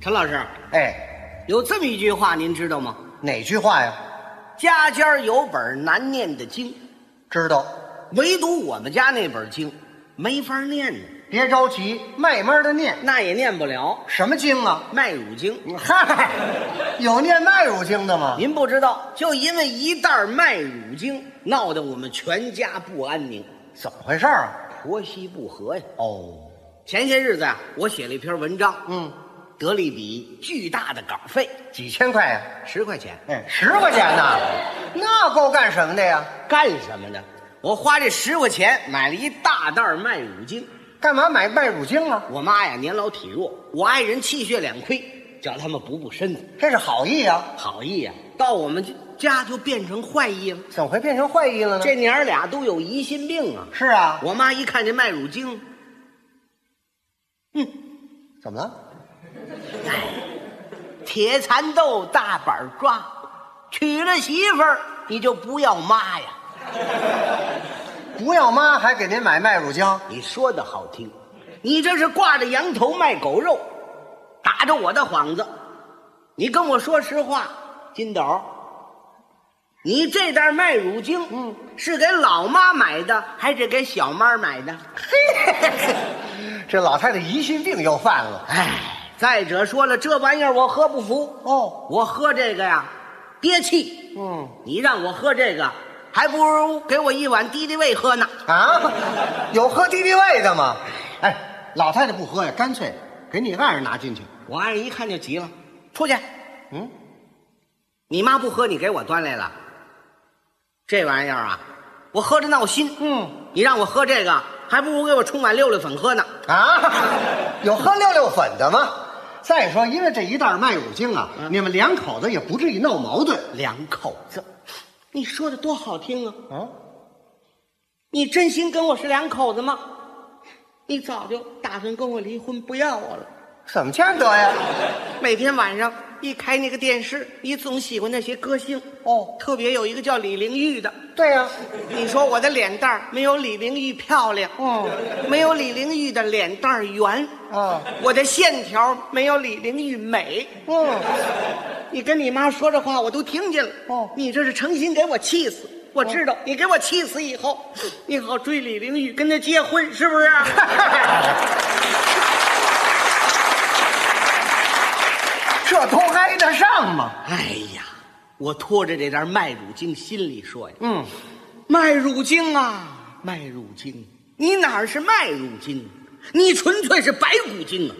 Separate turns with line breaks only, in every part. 陈老师，
哎，
有这么一句话，您知道吗？
哪句话呀？
家家有本难念的经，
知道。
唯独我们家那本经没法念呢，
别着急，慢慢的念。
那也念不了。
什么经啊？
卖乳经，
嗨，有念卖乳经的吗？
您不知道，就因为一袋卖乳经，闹得我们全家不安宁，
怎么回事儿啊？
婆媳不和呀。
哦，
前些日子啊，我写了一篇文章，
嗯，
得了一笔巨大的稿费，
几千块呀、
十块钱。
哎，十块钱呐，那够干什么的呀？
干什么呢？我花这十块钱买了一大袋儿麦乳精。
干嘛买卖乳精啊？
我妈呀，年老体弱，我爱人气血两亏，叫他们补补身子。
这是好意啊，
好意呀、到我们家就变成坏意了。
怎么会变成坏意了呢？
这娘儿俩都有疑心病啊！
是啊，
我妈一看这麦乳精，
怎么了？
铁蚕豆大板抓，娶了媳妇儿你就不要妈呀！
不要妈还给您买卖乳精？
你说的好听，你这是挂着羊头卖狗肉，打着我的幌子。你跟我说实话，金斗，你这袋麦乳精，嗯，是给老妈买的还是给小妈买的？
这老太太疑心病又犯了。
哎，再者说了，这玩意儿我喝不服，
哦，
我喝这个呀，憋气。
嗯
你让我喝这个，还不如给我一碗敌敌畏喝呢。
啊，有喝敌敌畏的吗？哎，老太太不喝呀，干脆给你爱人拿进去。
我爱人一看就急了，出去。
嗯，
你妈不喝，你给我端来了。这玩意儿啊，我喝着闹心。
嗯，
你让我喝这个，还不如给我冲碗溜溜粉喝呢。
啊，有喝六六粉的吗？再说，因为这一袋麦乳精啊，
嗯
你们两口子也不至于闹矛盾。
两口子，你说的多好听啊！
啊，
你真心跟我是两口子吗？你早就打算跟我离婚，不要我了。
怎么见得呀？
每天晚上一开那个电视，你总喜欢那些歌星，
哦，
特别有一个叫李玲玉的。
对呀、
你说我的脸蛋儿没有李玲玉漂亮，
哦，
没有李玲玉的脸蛋儿圆。
啊，
我的线条没有李玲玉美。
嗯，
你跟你妈说这话，我都听见了。
哦
你这是诚心给我气死。我知道、你给我气死以后，你好追李玲玉，跟她结婚，是不是？啊
这都挨得上吗？
哎呀，我拖着这点麦乳精，心里说呀，
嗯，
麦乳精啊，麦乳精，你哪儿是麦乳精，你纯粹是白骨精啊！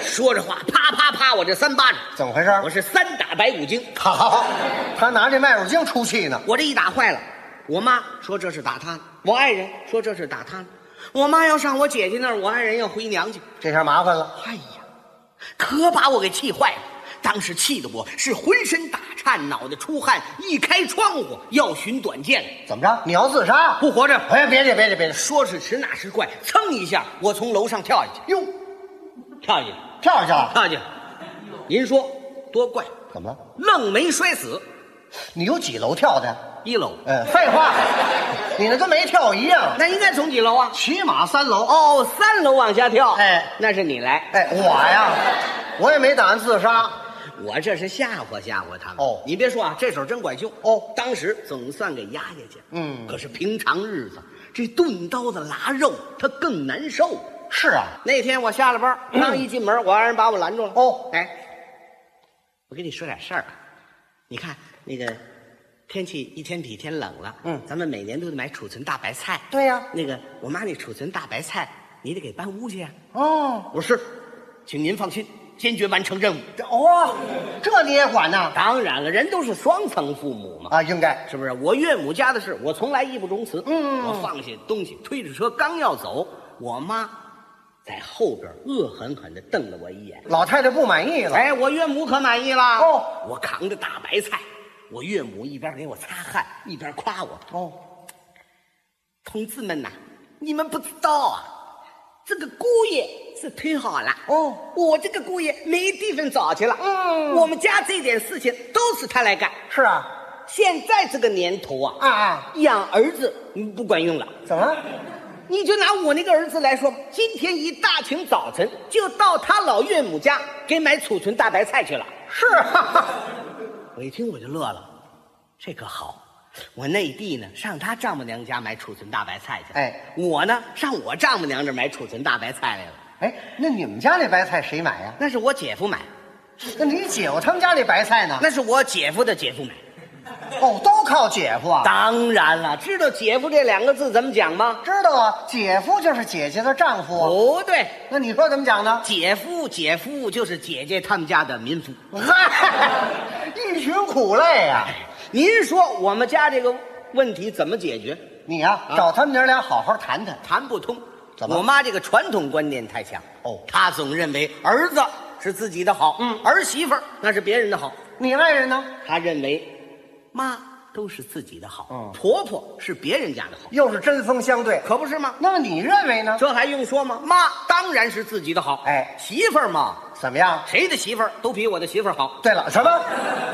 说着话，啪啪啪，我这三巴掌，
怎么回事？
我是三打白骨精。
好，他拿这麦乳精出气呢。
我这一打坏了，我妈说这是打他，我爱人说这是打他，我妈要上我姐姐那儿，我爱人要回娘家。
这下麻烦了。
哎呀，可把我给气坏了！当时气得我是浑身打颤，脑袋出汗，一开窗户要寻短见了，
怎么着？你要自杀？
不活着。
哎，别介，别介，别介。
说时迟，那时快，噌一下，我从楼上跳下
哟，
去，跳下去，
跳下去了？
跳下去。您说多怪，
怎么了？
愣没摔死。
你有几楼跳的呀？
一楼，
嗯，废话，你那跟没跳一样。
那应该从几楼啊？
起码三楼。
哦，三楼往下跳。
哎，
那是你来。
哎，我呀，我也没打算自杀。
我这是吓唬吓唬他们。
哦
你别说啊，这手真管用。
哦，
当时总算给压下去。
嗯
可是平常日子，这钝刀子剌肉，它更难受。
是啊，
那天我下了班，刚一进门，我让人把我拦住了。
哦，
哎，我跟你说点事儿啊。你看那个天气一天比一天冷了，
嗯
咱们每年都得买储存大白菜。
对呀
那个我妈那储存大白菜，你得给搬屋去呀、
哦，
我说是，请您放心，坚决完成任务。
这哦，这你也管呐？
当然了，人都是双层父母嘛，
啊，应该。
是不是？我岳母家的事，我从来义不容辞。
嗯
我放下东西，推着车刚要走，我妈在后边恶狠狠地瞪了我一眼。
老太太不满意了。
哎，我岳母可满意了。
哦，
我扛着大白菜，我岳母一边给我擦汗，一边夸我
哦，：“
同志们呐，你们不知道啊，这个姑爷是忒好了。
哦，
我这个姑爷没地方找去了。
嗯
我们家这点事情都是他来干。”
是啊，
现在这个年头啊，
啊啊，
养儿子嗯不管用了，
怎么了？
你就拿我那个儿子来说吧，今天一大清早晨就到他老岳母家给买储存大白菜去了。
是啊，
我一听我就乐了，这可好，我内弟呢上他丈母娘家买储存大白菜去，
哎，
我呢上我丈母娘这儿买储存大白菜来了，
哎，那你们家那白菜谁买呀、
那是我姐夫买，
那你姐夫他们家那白菜呢？
那是我姐夫的姐夫买。
哦，都靠姐夫啊。
当然了，知道“姐夫”这两个字怎么讲吗？
知道啊，姐夫就是姐姐的丈夫。
不哦对，
那你说怎么讲呢？
姐夫，姐夫就是姐姐他们家的民夫。
嗨，一群苦啊累呀、
您说我们家这个问题怎么解决？
你呀、找他们娘俩好好谈谈。
谈不通。
怎么
我妈这个传统观念太强
哦
她总认为儿子是自己的好，嗯，儿媳妇儿那是别人的好。
你爱人呢？
她认为妈都是自己的好，
嗯
婆婆是别人家的好，
又是针锋相对。
可不是吗？
那么你认为呢？
这还用说吗？妈当然是自己的好，
哎
媳妇儿嘛，
怎么样？
谁的媳妇儿都比我的媳妇儿好
对了，什么？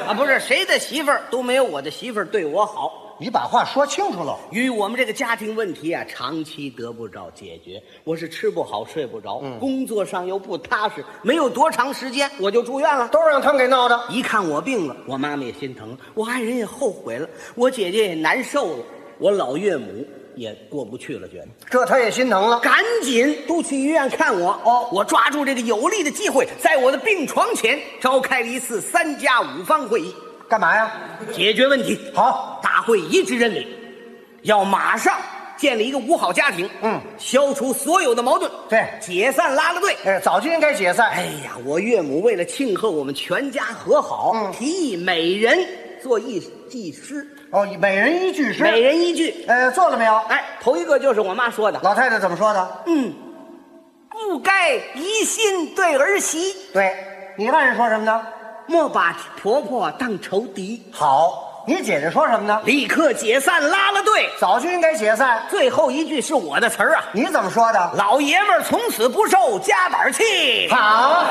啊，不是谁的媳妇儿都没有我的媳妇儿对我好。
你把话说清楚喽。
与我们这个家庭问题啊，长期得不着解决，我是吃不好睡不着，工作上又不踏实，没有多长时间我就住院了。
都让他们给闹的。
一看我病了，我妈妈也心疼了，我爱人也后悔了，我姐姐也难受了，我老岳母也过不去了，觉得
这他也心疼了。
赶紧都去医院看我
哦
我抓住这个有利的机会，在我的病床前召开了一次三加五方会议，
干嘛呀？
解决问题。
好，
大会一致认为，要马上建立一个五好家庭，
嗯
消除所有的矛盾，
对
解散拉拉队。
哎，早就应该解散。
哎呀，我岳母为了庆贺我们全家和好，
嗯
提议每人做一句诗，
哦，每人一句诗。
每人一句。
呃，做了没有？
哎，头一个就是我妈说的，
老太太怎么说的？
嗯，不该疑心对儿媳，
对，你爱人说什么呢？
莫把婆婆当仇敌，
好，你姐姐说什么呢？
立刻解散拉拉队。
早就应该解散。
最后一句是我的词儿啊。
你怎么说的？
老爷们儿从此不受夹板气。
好。